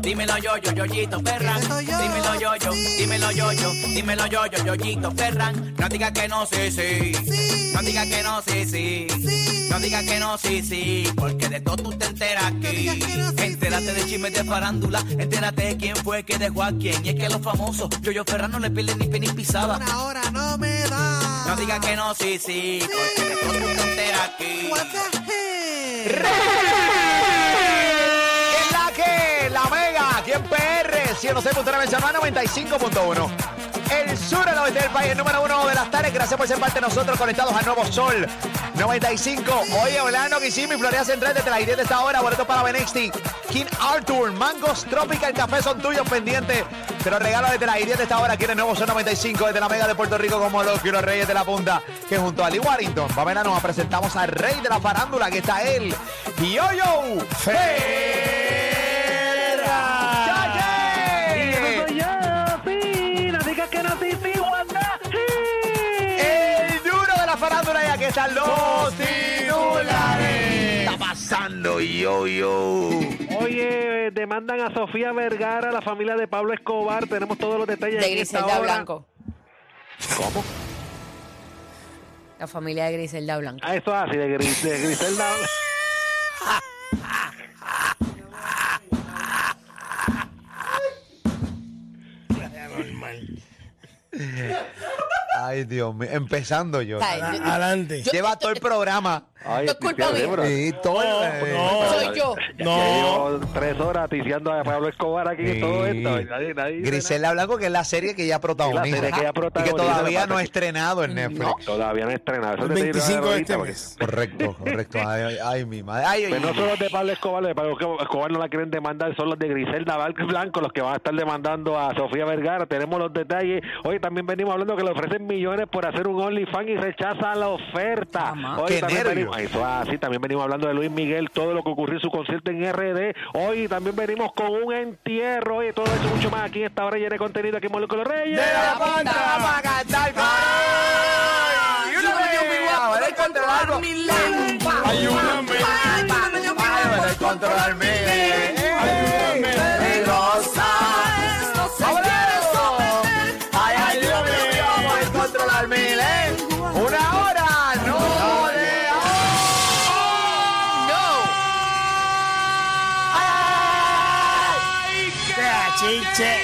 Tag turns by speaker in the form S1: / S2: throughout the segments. S1: Dímelo yo, yo, yoyito, perran.
S2: Dímelo
S1: Dímelo
S2: yo.
S1: yo, yo,
S2: Sí.
S1: dímelo yo, yo, dímelo yo, yo, yoyito, perran. No digas que no, sí, sí.
S2: Sí.
S1: No digas que no, sí, sí.
S2: Sí.
S1: No digas que no, sí, sí. Porque de todo tú te enteras aquí.
S2: digas que no, sí,
S1: Entérate de chismes de farándula. Entérate de quién fue que dejó a quién. Y es que los famosos, yo, yo, perran, no le pierden ni pie ni pisada.
S2: Ahora no me da.
S1: No digas que no, sí, sí. Porque de todo tú te enteras aquí.
S2: What the heck?
S3: ¿Qué es la que? La Mega, aquí en PR, 106.9 en San 95.1. El sur a la oeste del país, el número uno de las tardes. Gracias por ser parte de nosotros, conectados a Nuevo Sol 95. Hoy hablando que hicimos Florida Central desde las 10 de esta hora. Boletos para Benexti, King Arthur, Mangos, Tropical Café son tuyos pendientes. Te los regalo desde las 10 de esta hora aquí en el Nuevo Sol 95, desde la Mega de Puerto Rico, como los los Reyes de la Punta, que junto a Lee Warrington, Pamela, nos presentamos al rey de la farándula, que está él, Yo-Yo
S4: Y eso soy
S3: Ferrer.
S4: yo, sí. No digas que no sí, sí, Wanda, sí.
S3: El duro de la farándula, ya que están los titulares. Está pasando, Yo-Yo.
S4: Oye, eh, demandan a Sofía Vergara, la familia de Pablo Escobar. Tenemos todos los detalles
S5: De
S4: en esta
S5: Griselda
S4: hora.
S5: Blanco. ¿Cómo? La familia de Griselda Blanco.
S4: Ah, eso es así, de, Gris- de Griselda.
S3: Ay, Dios mío, empezando yo.
S5: Ay, yo-
S6: Adelante.
S5: yo-
S3: Lleva todo el programa.
S4: Ay,
S5: Esto es culpa mía.
S4: Débora.
S3: Sí, todo el-
S6: No,
S5: Soy yo.
S4: Ya-
S6: No.
S4: ya llevo tres horas ticiando a Pablo Escobar aquí y todo esto. y Nadie, nadie dice
S3: Griselda Blanco, que es la serie que ya protagoniza.
S4: serie que ya
S3: y
S4: protagoniza,
S3: que todavía
S4: la
S3: no ha
S4: parte-
S3: estrenado en Netflix.
S4: nada. Todavía no estrenado. Eso
S6: el
S4: te digo
S6: 25 de
S4: ahorita,
S6: este
S4: porque-
S6: mes.
S3: Correcto, correcto. Ay, ay, ay, mi madre. Ay, ay,
S4: Pero Pues no son los de Pablo Escobar, los de Pablo Escobar no la quieren demandar, son los de Griselda Blanco los que van a estar demandando a Sofía Vergara. Tenemos los detalles. Hoy también venimos hablando que le ofrecen millones por hacer un OnlyFans y rechaza la oferta.
S5: Mamá.
S4: Hoy
S3: Qué
S4: también
S3: nervio.
S4: venimos, eso así, también venimos hablando de Luis Miguel, todo lo que ocurrió en su concierto en RD. Hoy también venimos con un entierro y todo eso y mucho más aquí en esta hora llena de contenido aquí en Moléculas Reyes.
S3: de la panta vamos a cantar ¡Ay! Ayúdame, a poder controlar mi lengua.
S6: Ayúdame.
S3: a poder controlar mi lengua. Ayúdame. Ay, ayúdame a poder controlar mi lengua. Una hora. No de
S6: ¡Qué achiche!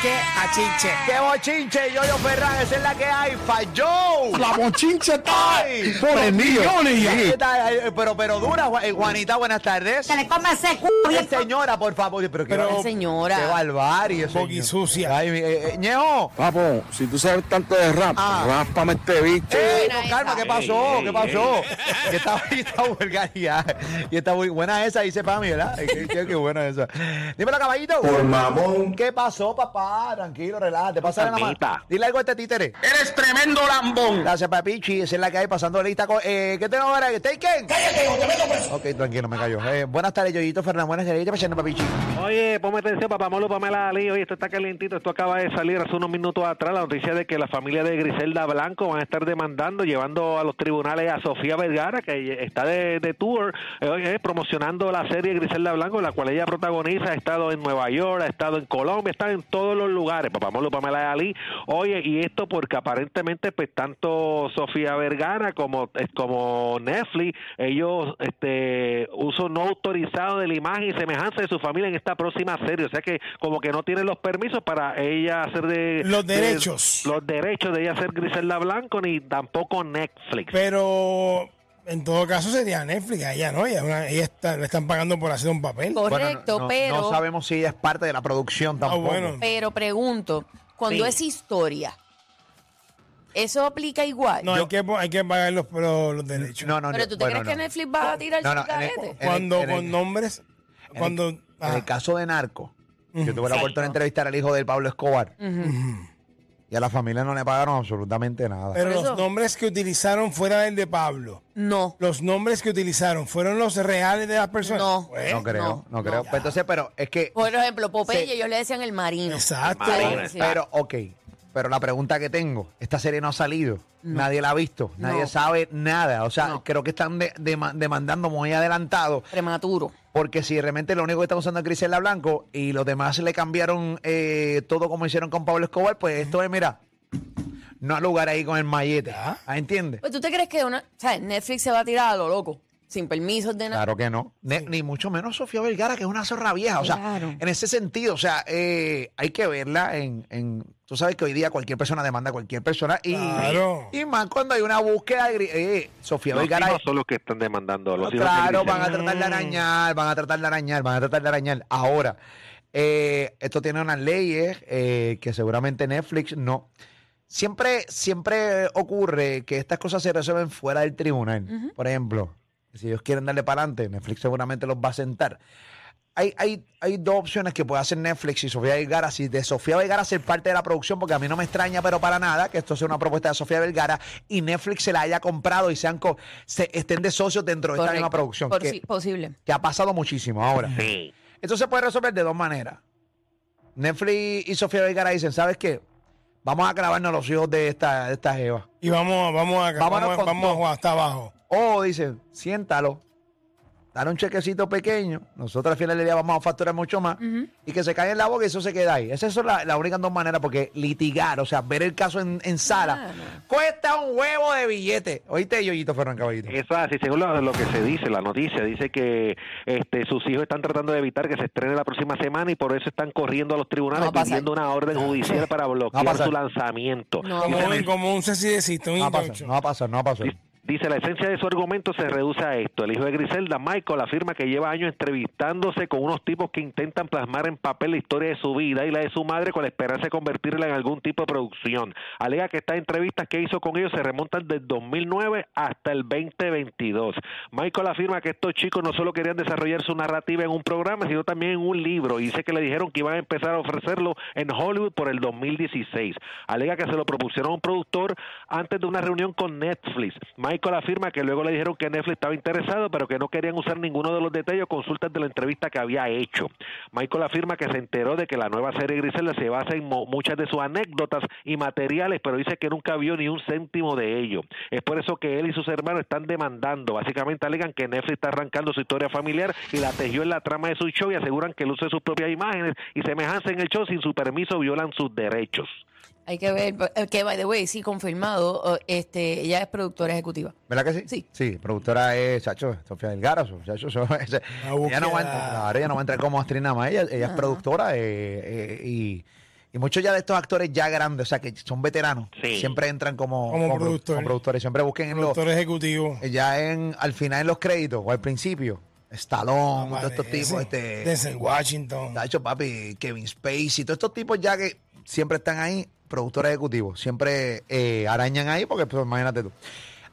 S6: ¡Qué achiche!
S3: ¡Qué bochinche! Yoyo Ferran, esa es la que hay. ¡Falló!
S6: La bochinche está
S3: Ay,
S6: por el millones.
S3: ¿Qué tal? Ay, Pero, pero dura, Ju- eh, Juanita, buenas tardes.
S7: Que le coma ese c***,
S3: Ay, señora, por favor. Pero, qué
S6: Pero-
S3: bar-
S5: Señora.
S3: Qué barbarie.
S6: Boqui
S3: señor.
S6: sucia.
S3: Ay, mi- eh, eh, Ñejo.
S8: Papo, si tú sabes tanto de rap,
S3: Ah.
S8: rápame este bicho.
S3: Eh,
S5: buena
S3: con calma,
S5: esa.
S3: ¿qué pasó? ¿Qué pasó? Que está, y está vulgaridad. Y está muy buena esa, dice Pami, ¿verdad? Qué, qué- qué buena esa. Dímelo, caballito. Por mamón. ¿Qué pasó, papá? Tranquilo, relájate. Pásale la mano.
S4: Mamita.
S3: Dile algo a este títere.
S9: Eres tremendo lambón.
S3: Gracias, papichi. Esa es la que hay pasando lista. con- Eh, ¿Qué tengo ahora? ¿Taken? ¡Cállate, Ok, tranquilo, me callo. Eh, buenas tardes, Yoyito Fernández. Buenas tardes, pasando, papichi.
S4: Oye, ponme atención, papá Molo, Pamela Ali. Oye, esto está calientito. Esto acaba de salir hace unos minutos atrás la noticia de que la familia de Griselda Blanco van a estar demandando, llevando a los tribunales a Sofía Vergara, que está de, de tour, eh, oye, promocionando la serie Griselda Blanco, la cual ella protagoniza. Ha estado en Nueva York, ha estado en Colombia, está en todos los lugares, papá Molo, Pamela Ali. Oye, y esto porque aparentemente, pues tanto Sofía Vergara como, eh, como Netflix, ellos este uso no autorizado de la imagen y semejanza de su familia en esta próxima serie. O sea que como que no tienen los permisos para ella hacer de...
S6: Los
S4: de-
S6: derechos.
S4: los derechos de ella ser Griselda Blanco ni tampoco Netflix.
S6: Pero en todo caso sería Netflix, ella no, ella, es una- ella está- le están pagando por hacer un papel.
S5: Correcto,
S3: Bueno, no-
S5: pero,
S3: No sabemos si ella es parte de la producción tampoco.
S6: Ah, bueno.
S5: pero pregunto, cuando
S4: Sí.
S5: es historia, ¿eso aplica igual?
S6: No, hay que, po- hay que pagar los, los, los derechos.
S3: No, no,
S5: pero
S3: no,
S5: tú te
S3: bueno,
S5: crees que
S3: no.
S5: Netflix va a tirar
S3: No,
S5: no,
S3: no, en el- en el-
S6: Cuando
S3: en el-
S6: con nombres,
S3: el-
S6: cuando... ah,
S3: En
S6: ajá.
S3: el caso de Narco, yo tuve la
S5: Sí,
S3: oportunidad de
S5: no.
S3: entrevistar al hijo del Pablo Escobar. Y a la familia no le pagaron absolutamente nada.
S6: pero
S5: Por
S6: los
S5: eso-
S6: nombres que utilizaron fuera del de Pablo.
S5: No.
S6: Los nombres que utilizaron fueron los reales de las personas.
S5: No.
S6: Pues,
S3: no creo, no,
S5: no,
S3: creo. Pues entonces, pero es que.
S5: Por ejemplo, Popeye,
S3: Sí.
S5: ellos le decían el marino.
S6: Exacto.
S5: Claro que sí.
S3: Pero, ok. Pero la pregunta que tengo, esta serie no ha salido, nadie la ha visto, nadie
S5: No.
S3: sabe nada. O sea,
S5: No.
S3: creo que están de- dema- demandando muy adelantado
S5: Prematuro.
S3: Porque si realmente lo único que están usando es Griselda Blanco y los demás le cambiaron eh, todo como hicieron con Pablo Escobar, pues esto es, mira, no hay lugar ahí con el mallete.
S6: Ya.
S3: Ah, ¿Entiendes?
S5: Pues tú te crees que una, o sea, Netflix se va a tirar a lo loco, sin permisos de nada.
S3: Claro que no. Ne- Ni, mucho menos Sofía Vergara, que es una zorra vieja. O sea,
S5: Claro.
S3: en ese sentido, o sea, eh, hay que verla en, en- Tú sabes que hoy día cualquier persona demanda a cualquier persona. Y,
S6: Claro.
S3: y más cuando hay una búsqueda de... gri- Eh, Sofía
S4: Los
S3: Vergara...
S4: hijos son los que están demandando. Los hijos de
S3: Claro,
S4: Griselda.
S3: van a tratar de arañar, van a tratar de arañar, van a tratar de arañar. Ahora, eh, esto tiene unas leyes eh, que seguramente Netflix no. Siempre, siempre ocurre que estas cosas se resuelven fuera del tribunal. Por ejemplo, si ellos quieren darle para adelante, Netflix seguramente los va a sentar. Hay, hay, hay dos opciones que puede hacer Netflix y Sofía Vergara. Si de Sofía Vergara ser parte de la producción, porque a mí no me extraña, pero para nada, que esto sea una propuesta de Sofía Vergara y Netflix se la haya comprado y sean co- se estén de socios dentro de esta misma
S5: Correcto.
S3: producción.
S5: Por
S3: que-
S5: si- posible.
S3: que ha pasado muchísimo ahora.
S4: Sí.
S3: Esto se puede resolver de dos maneras. Netflix y Sofía Vergara dicen, ¿sabes qué? Vamos a clavarnos los hijos de esta, de esta jeva.
S6: Y vamos, vamos acá,
S3: Vámonos
S6: vamos,
S3: con
S6: vamos
S3: todo.
S6: a jugar hasta abajo.
S3: O dicen, siéntalo, dale un chequecito pequeño, nosotros al final del día vamos a facturar mucho más y que se caiga en la boca y eso se queda ahí. Esas son la- las únicas dos maneras porque litigar, o sea, ver el caso en, en sala, cuesta un huevo de billete. Oíste, Yoyito Ferran Caballito.
S4: Eso es así, según lo, lo que se dice, la noticia dice que este, sus hijos están tratando de evitar que se estrene la próxima semana y por eso están corriendo a los
S5: No
S4: tribunales
S5: va a pasar.
S4: pidiendo una orden judicial para bloquear
S3: pasar.
S4: su lanzamiento.
S5: No va a
S6: Como
S5: pasar.
S6: un, como un cecidecito, un
S3: No va a pasar,
S6: hinchoncho.
S3: no va a pasar, no va a pasar.
S4: Di- Dice, la esencia de su argumento se reduce a esto. El hijo de Griselda, Michael, afirma que lleva años entrevistándose con unos tipos que intentan plasmar en papel la historia de su vida y la de su madre con la esperanza de convertirla en algún tipo de producción. Alega que estas entrevistas que hizo con ellos se remontan del 2009 hasta el 2022. Michael afirma que estos chicos no solo querían desarrollar su narrativa en un programa, sino también en un libro. Y dice que le dijeron que iban a empezar a ofrecerlo en Hollywood por el 2016. Alega que se lo propusieron a un productor antes de una reunión con Netflix. Michael afirma que luego le dijeron que Netflix estaba interesado, pero que no querían usar ninguno de los detalles o consultas de la entrevista que había hecho. Michael afirma que se enteró de que la nueva serie Griselda se basa en mo- muchas de sus anécdotas y materiales, pero dice que nunca vio ni un céntimo de ello. Es por eso que él y sus hermanos están demandando. Básicamente alegan que Netflix está arrancando su historia familiar y la tejió en la trama de su show y aseguran que el uso de sus propias imágenes y semejanza en el show sin su permiso violan sus derechos.
S5: Hay que ver, eh, que by the way, sí, confirmado, eh, este, ella es productora ejecutiva.
S3: ¿Verdad que sí?
S5: Sí.
S3: productora es Chacho, Sofía Delgara, Chacho, eso- ese- ella
S6: búsqueda.
S3: no va a entrar, claro, ella no va a entrar como actriz nada más, ella, ella es productora eh, eh, y, y muchos ya de estos actores ya grandes, o sea, que son veteranos,
S4: Sí.
S3: siempre entran como,
S6: Como
S3: produ-
S6: productor.
S3: como productores, siempre busquen en los,
S6: Productor ejecutivo.
S3: ya en, al final en los créditos o al principio, Stallone, todos estos
S6: Aparece.
S3: tipos, este,
S6: Ah, Denzel Washington.
S3: Chacho, papi, Kevin Spacey, todos estos tipos ya que siempre están ahí, productores ejecutivos, siempre eh, arañan ahí porque, pues, imagínate tú.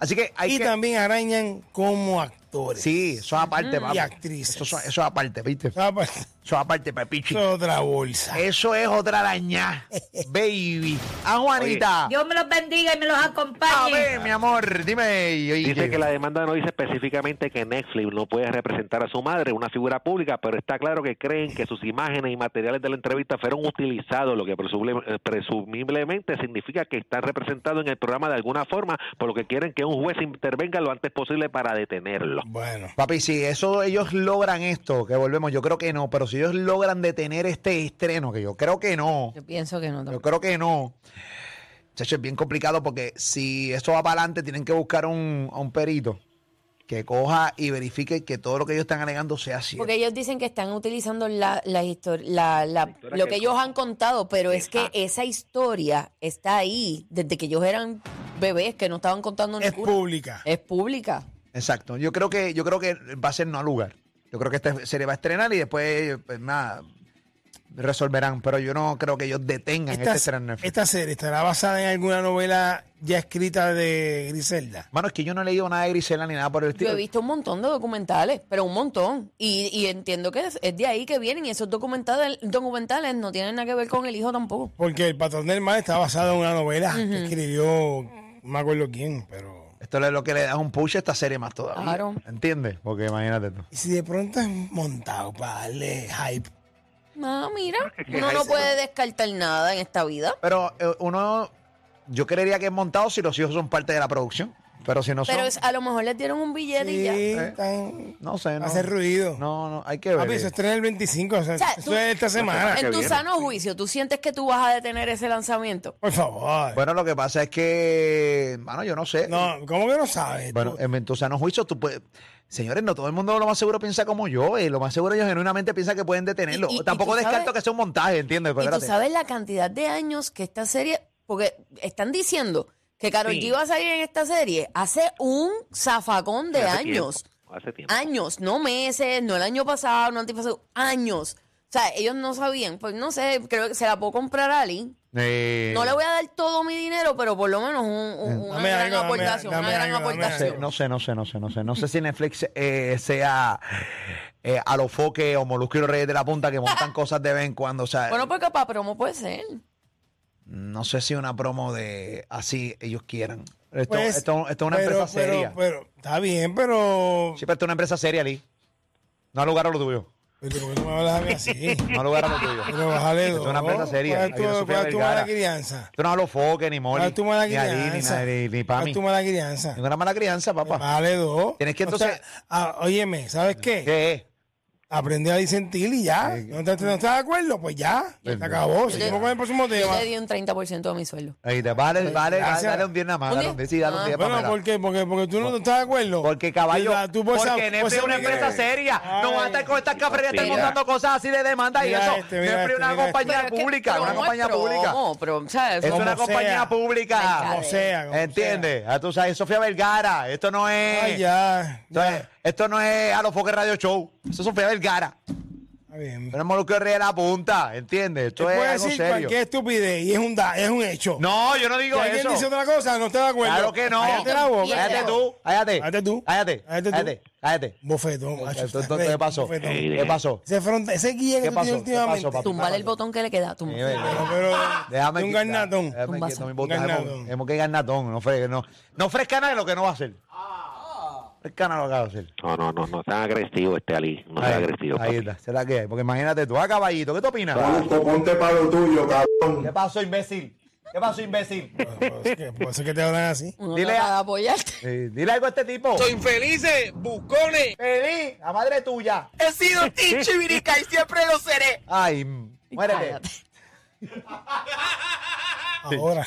S3: Así que hay
S6: Y
S3: que...
S6: también arañan como actores.
S3: Sí, eso es aparte, papi.
S6: Mm. Y actrices.
S3: Eso, es- eso es aparte, ¿viste? Eso
S6: Ah, pues, eso
S3: es aparte, Pepichi.
S6: es otra bolsa.
S3: Eso es otra arañá, baby. A Juanita.
S7: Ah. Dios me los bendiga y me los
S3: A
S7: acompañe.
S3: ver, mi amor, dime. y- y-
S4: Dice
S3: y-
S4: que la demanda no dice específicamente que Netflix no puede representar a su madre, una figura pública, pero está claro que creen que sus imágenes y materiales de la entrevista fueron utilizados, lo que presuble- eh, presumiblemente significa que están representados en el programa de alguna forma, por lo que quieren que un juez intervenga lo antes posible para detenerlo.
S6: Bueno.
S3: Papi, si eso ellos logran esto, que volvemos, yo creo que no, pero si ellos logran detener este estreno, que yo creo que no,
S5: Yo pienso que no.
S3: yo
S5: tampoco.
S3: creo que no. Chacho, es bien complicado porque si esto va para adelante, tienen que buscar un, a un perito que coja y verifique que todo lo que ellos están alegando sea cierto.
S5: Porque ellos dicen que están utilizando la, la histor- la- la- lo que ellos han contado, pero
S7: Ah.
S5: es que esa historia está ahí desde que ellos eran bebés, que no estaban contando
S6: Es
S5: ninguna.
S6: pública.
S3: Eh,
S5: Es pública.
S3: Exacto. Yo creo que, yo creo que va a ser no al lugar. Yo creo que esta serie va a estrenar y después pues, nada resolverán. Pero yo no creo que ellos detengan este
S6: Esta,
S3: estreno. en Netflix.
S6: esta serie estará basada en alguna novela ya escrita de Griselda.
S3: Mano, es que yo no he leído nada de Grisela ni nada por el
S5: Yo
S3: estilo.
S5: he visto un montón de documentales, pero un montón. Y, y entiendo que es, es de ahí que vienen y esos documentales, documentales no tienen nada que ver con el hijo tampoco.
S6: Porque el patrón del mal está basado en una novela que escribió, no me acuerdo quién, pero...
S3: Esto es lo que le da un push a esta serie más todavía.
S5: Claro.
S3: ¿Entiendes? Porque imagínate tú.
S6: Y si de pronto es montado para darle hype.
S5: Ah, mira, uno no puede descartar nada en esta vida.
S3: Pero eh, uno, yo creería que es montado si los hijos son parte de la producción. Pero si no son,
S5: Pero es- a lo mejor les dieron un billete y ya.
S3: Eh.
S6: Sí, están-
S3: no sé, no.
S6: Hacer ruido.
S3: No, no, hay que ver.
S6: Papi, eso estrena el 25, o sea,
S5: O sea,
S6: eso
S5: tú-
S6: es esta semana.
S5: En tu
S4: viene.
S5: sano juicio, ¿tú sientes que tú vas a detener ese lanzamiento?
S6: Por favor.
S3: Bueno, lo que pasa es que, mano, yo no sé.
S6: no, ¿cómo que no sabes?
S3: Bueno, en en tu sano juicio, tú puedes. Señores, no todo el mundo lo más seguro piensa como yo. eh, Lo más seguro ellos genuinamente piensan que pueden detenerlo.
S5: Y- y- y
S3: Tampoco
S5: tú
S3: descarto
S5: sabes-
S3: que sea un montaje, ¿entiendes?
S5: Y tú
S3: Pues Espérate.
S5: sabes la cantidad de años que esta serie, porque están diciendo que Karol G va a salir en esta serie hace un zafacón de
S4: Hace tiempo,
S5: años.
S4: Hace tiempo.
S5: Años, no meses, no el año pasado, no el año pasado, años. O sea, ellos no sabían, pues no sé, creo que se la puedo comprar a alguien.
S3: Eh,
S5: No le voy a dar todo mi dinero, pero por lo menos un- un- una
S6: Dame
S5: gran
S6: algo, dame-
S5: aportación,
S6: dame
S5: una gran
S6: algo, dame
S3: no sé,
S5: aportación.
S3: no sé, no sé, no sé, no sé. No sé si Netflix eh, sea eh, a los foques o Molusco y los Reyes de la Punta que montan cosas de vez en cuando. O sea,
S5: Bueno, pues porque para promo puede ser.
S3: no sé si una promo de así ellos quieran. Esto,
S6: Pues,
S3: esto- esto es una
S6: pero-
S3: empresa seria.
S6: Pero, pero, está bien, pero.
S3: Sí, pero esto es una empresa seria, Lee. No al lugar a lo tuyo.
S6: pero ¿Por qué tú me hablas a mí así?
S3: No al lugar a lo tuyo.
S6: Pero bájale
S3: Esto
S6: dos. Pues,
S3: es una empresa seria.
S6: ¿Cuál es
S3: Aquí no
S6: tu,
S3: Sofía
S6: cuál es tu
S3: Vergara.
S6: mala crianza?
S3: Esto no a los foques, ni Molly,
S6: ¿Cuál es tu mala
S3: ni Ali, ni,
S6: crianza? Ah,
S3: nadie, ni
S6: ¿Cuál
S3: Pami.
S6: es tu mala crianza?
S3: Ninguna mala crianza, papá.
S6: Bájale dos.
S3: Tienes que
S6: O sea,
S3: entonces-
S6: ah, óyeme, ¿sabes qué?
S3: ¿Qué es?
S6: Aprende a disentir y ya. ¿No, te- no estás de acuerdo? Pues ya. Se
S3: Verdad.
S6: acabó. Seguimos con el próximo
S5: Yo
S6: tema.
S5: le di un 30% de mi sueldo.
S3: Ahí te vale, vale,
S6: Pues, gracias.
S3: dale un viernes más,
S5: ¿Un
S3: dale un
S5: día?
S3: día, sí, dale un
S5: Ah.
S3: día para
S6: Bueno, ¿por qué? Porque, porque tú no, estás de acuerdo.
S3: Porque caballo,
S6: Mira, tú pues, por esa-
S3: porque
S6: por
S3: Netflix es
S6: esa-
S3: una empresa seria, no
S6: Ay.
S3: va a estar con estas cafrerías, estar
S5: Mira.
S3: montando cosas así de demanda y
S6: Mira
S3: eso,
S6: este,
S3: Netflix
S6: mira
S3: es
S6: este,
S3: una
S6: mira
S3: compañía
S5: Pero es que
S3: pública, una
S5: promo es
S3: compañía
S5: promo,
S3: pública,
S5: pero, ¿sabes?
S3: es
S6: Como
S3: una
S6: sea.
S3: compañía pública,
S5: Como
S6: sea, como
S3: ¿entiendes? Ah, tú sabes, Sofía Vergara, esto no es,
S6: Ay, ya.
S3: esto, es- esto no es a los Foques Radio Show, eso es Sofía Vergara,
S6: Está bien.
S3: pero es que ríe la punta, ¿entiendes?
S6: Tú
S3: Esto es
S6: puedes
S3: algo
S6: decir
S3: serio.
S6: cualquier estupidez y es un, da, es un hecho.
S3: No, yo no digo
S6: si alguien
S3: eso.
S6: dice otra cosa, no está de acuerdo.
S3: Claro que no.
S6: Cállate la boca.
S5: Piedra.
S3: Cállate tú, cállate.
S6: Cállate tú.
S3: Cállate.
S6: Cállate tú.
S3: Cállate. Cállate.
S6: Bofetón, macho,
S3: Entonces,
S6: estás
S3: ¿Qué
S6: de-
S3: pasó?
S6: bofetón.
S3: ¿Qué pasó?
S6: Ese, front, ese guía que
S3: ¿Qué
S6: tú
S3: pasó?
S6: tienes
S3: ¿Qué pasó,
S6: últimamente.
S3: papi?
S5: Tumbale el botón que le queda. tumba.
S3: Eh, eh,
S6: Pero, pero,
S3: Déjame
S6: de un
S3: quitar- Eh.
S6: garnatón.
S3: Déjame
S5: Un
S3: quitar
S5: vaso.
S3: mi botón,
S6: Un
S3: déjame-
S6: garnatón.
S3: Tenemos que garnatón, no fregues, no. No ofrezca nada de lo que no va a hacer.
S4: Ah.
S3: No ofrezca nada de lo que va a hacer.
S4: No, no, no, no tan agresivo este Ali. No sea agresivo.
S3: ahí
S4: papi. Ah.
S3: está, será que hay. Porque imagínate tú, ah, caballito, ¿qué te opinas?
S8: Ponte para lo tuyo, cabrón.
S3: ¿Qué pasó, imbécil? ¿Qué pasó, imbécil?
S6: Pues, que- Por eso es que te hablan así.
S5: Uno
S3: Dile
S5: trata
S3: a-
S5: de apoyarte.
S3: Eh, dile algo a este tipo.
S9: Soy infelices, buscones.
S3: Feliz, la madre tuya.
S9: He sido Team Chivirica y siempre lo seré.
S3: Ay, mm, muérete.
S5: Cállate.
S6: Ahora.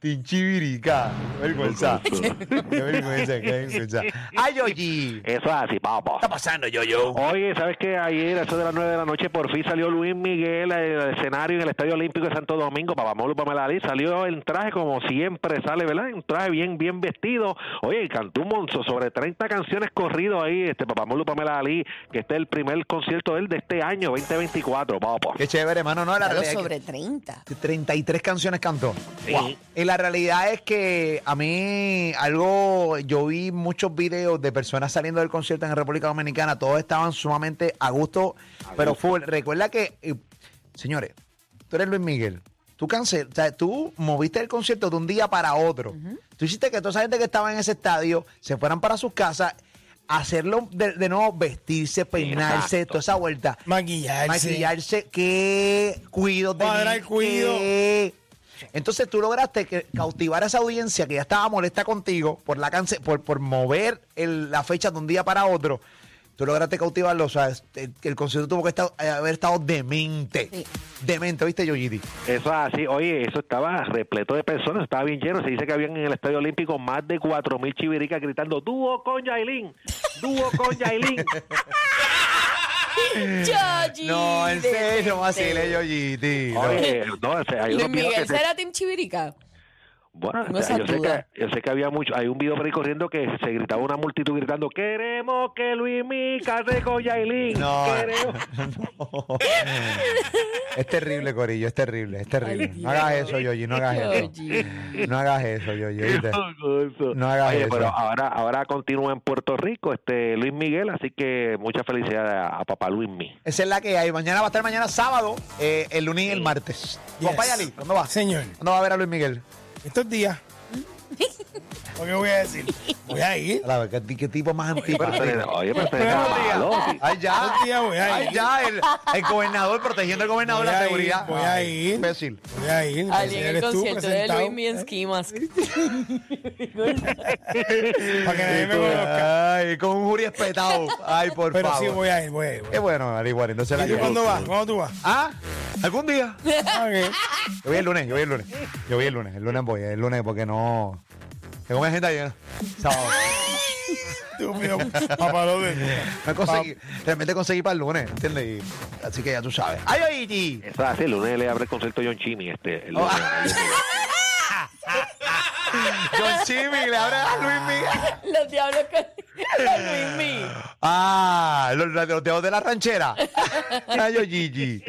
S3: Tinchibirica. Qué vergüenza. qué vergüenza, qué vergüenza. Ay, Yoyi. ¿Qué
S4: Eso es así, papá.
S3: está pasando, Yoyo?
S4: Oye, ¿sabes qué? Ayer, a eso de las 9 de la noche, por fin salió Luis Miguel al escenario en el Estadio Olímpico de Santo Domingo, Papamolo Pamelali. Salió en traje como siempre sale, ¿verdad? Un traje bien, bien vestido. Oye, y cantó un monzo sobre 30 canciones corrido ahí, este Papamolo Pamelali, que este es el primer concierto de él de este año, 2024, papá.
S3: Qué chévere, hermano. No, la
S5: Claro,
S3: realidad es que
S5: sobre 30.
S3: 33 canciones cantó.
S4: Sí.
S3: Wow. Y la realidad es que a mí algo, yo vi muchos videos de personas saliendo del concierto en República Dominicana, todos estaban sumamente a gusto, pero full. Recuerda que, eh, señores, tú eres Luis Miguel, tú cancel, o sea, tú moviste el concierto de un día para otro. Tú hiciste que toda esa gente que estaba en ese estadio se fueran para sus casas, hacerlo de, de nuevo, vestirse, peinarse,
S4: Exacto.
S3: toda esa vuelta.
S6: Maquillarse.
S3: Maquillarse, qué cuido de
S6: Cuadrar
S3: mí,
S6: el cuido.
S3: qué. Entonces tú lograste que- cautivar a esa audiencia que ya estaba molesta contigo por la cance- por, por mover el- la fecha de un día para otro. Tú lograste cautivarlo, o sea, el, el concierto tuvo que estar- haber estado demente.
S5: Sí.
S3: Demente, ¿viste, Yoyidi?
S4: Eso es así, oye, eso estaba repleto de personas, estaba bien lleno. Se dice que habían en el Estadio Olímpico más de 4.000 chiviricas gritando: dúo con Yailin, dúo con Yailin.
S5: Yoyi,
S3: No, en
S5: detente.
S3: serio, vacile, Yoyidi. no.
S4: Oye, no, o sea, hay
S5: Luis
S4: unos videos
S5: Miguel
S4: que se-
S5: será Team Chivirica.
S4: Bueno,
S5: Tengo
S4: o sea,
S5: esa
S4: yo, sé
S5: duda.
S4: que, yo sé que había mucho, hay un video por ahí corriendo que se gritaba una multitud gritando, queremos que Luis Mi case con Yailin.
S3: No,
S4: queremos".
S3: no. Es terrible, Corillo, es terrible, es terrible.
S5: Ay,
S3: No hagas
S5: Dios.
S3: eso, Yoyi, no hagas eso.
S5: Yoyi.
S3: No hagas eso, Yoyi. ¿oíste?
S4: Eso.
S3: No hagas
S4: Oye,
S3: eso.
S4: pero ahora, ahora continúa en Puerto Rico este Luis Miguel, así que mucha felicidad a, a papá Luis Mi.
S3: Esa es la que hay. Mañana va a estar mañana sábado, eh, el lunes y el martes.
S6: Yes.
S3: Compañali, ¿cuándo va?
S6: Señor,
S3: ¿Cuándo va a ver a Luis Miguel?
S6: estos días. ¿Por qué voy a decir? Voy a ir.
S3: A ver, ¿qué, qué tipo más
S4: Pero
S3: antipático.
S4: se le- Oye, pero se le
S6: Buenos
S4: da malo.
S3: Ay, ya.
S6: Un día voy a
S3: Ay,
S6: ir.
S3: ya. El, el gobernador protegiendo al gobernador de
S6: Voy
S3: la
S6: a ir,
S3: seguridad.
S6: voy a
S3: Ay,
S6: ir.
S3: Imbécil.
S6: Voy a ir.
S5: Allí en el
S6: eres tú,
S5: concierto de
S6: presentado.
S5: Luis Mienskimas.
S6: Para que nadie me conozca.
S3: Ay, con un jury espetado. Ay, por
S6: Pero
S3: favor.
S6: sí voy a ir, voy a ir. voy a
S3: Qué bueno, Ari, bueno, entonces la
S6: ir. ¿Y tú
S3: llevo.
S6: cuándo vas? ¿Cuándo tú vas?
S3: ¿Ah? ¿Algún día?
S6: Ah, ok.
S3: Yo voy el lunes, yo voy el lunes. Yo voy el lunes, el lunes voy, el lunes porque no. Tengo mi agenda llena. Sábado.
S6: Estúpido. Papá lo
S3: Me conseguí, realmente conseguí para el lunes, ¿entiendes? Y- así que ya tú sabes. ¡Ay, ay, ay!
S4: Eso es así, el lunes le abre el concierto John Chimmy. Este, el lunes.
S3: John Chimmy, le abre a Luis Miguel.
S5: Los diablos con con Luis Miguel.
S3: Ah, los, los dedos de la ranchera. Ay, yo, Gigi.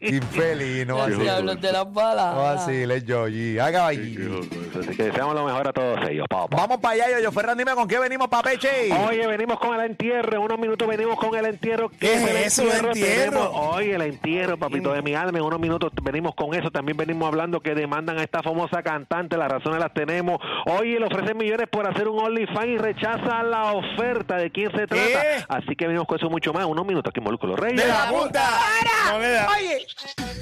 S3: Infeliz, no va
S5: Los
S3: así.
S5: diablos de las
S3: No va
S5: balas.
S3: así, es Yoyi. Haga
S4: Sí,
S3: Gigi.
S4: sí, Así que deseamos lo mejor a todos ellos, papá.
S3: Vamos para allá, yo, yo Ferran, dime con qué venimos para Peche.
S4: Oye, venimos con el entierro. En unos minutos venimos con el entierro.
S6: ¿Qué es
S4: El
S6: eso, el entierro?
S4: tenemos- Oye, el entierro, papito de mi alma. En unos minutos venimos con eso. También venimos hablando que demandan a esta famosa cantante. Las razones las tenemos. Oye, le ofrecen millones por hacer un OnlyFans y rechaza la oferta. ¿De quién se trata?
S6: ¿Qué?
S4: Así que venimos con eso mucho más. Unos minutos aquí en Molúsculo Reyes.
S6: ¡De la punta! No le da.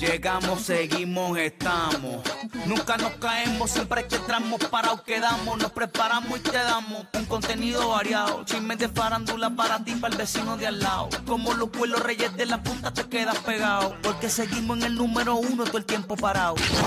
S1: Llegamos, seguimos, estamos. Nunca nos caemos, siempre que entramos parados quedamos. Nos preparamos y te damos un contenido variado. Chismes de farándula para ti, para el vecino de al lado. Como los pueblos reyes de la punta te quedas pegado. Porque seguimos en el número uno todo el tiempo parado.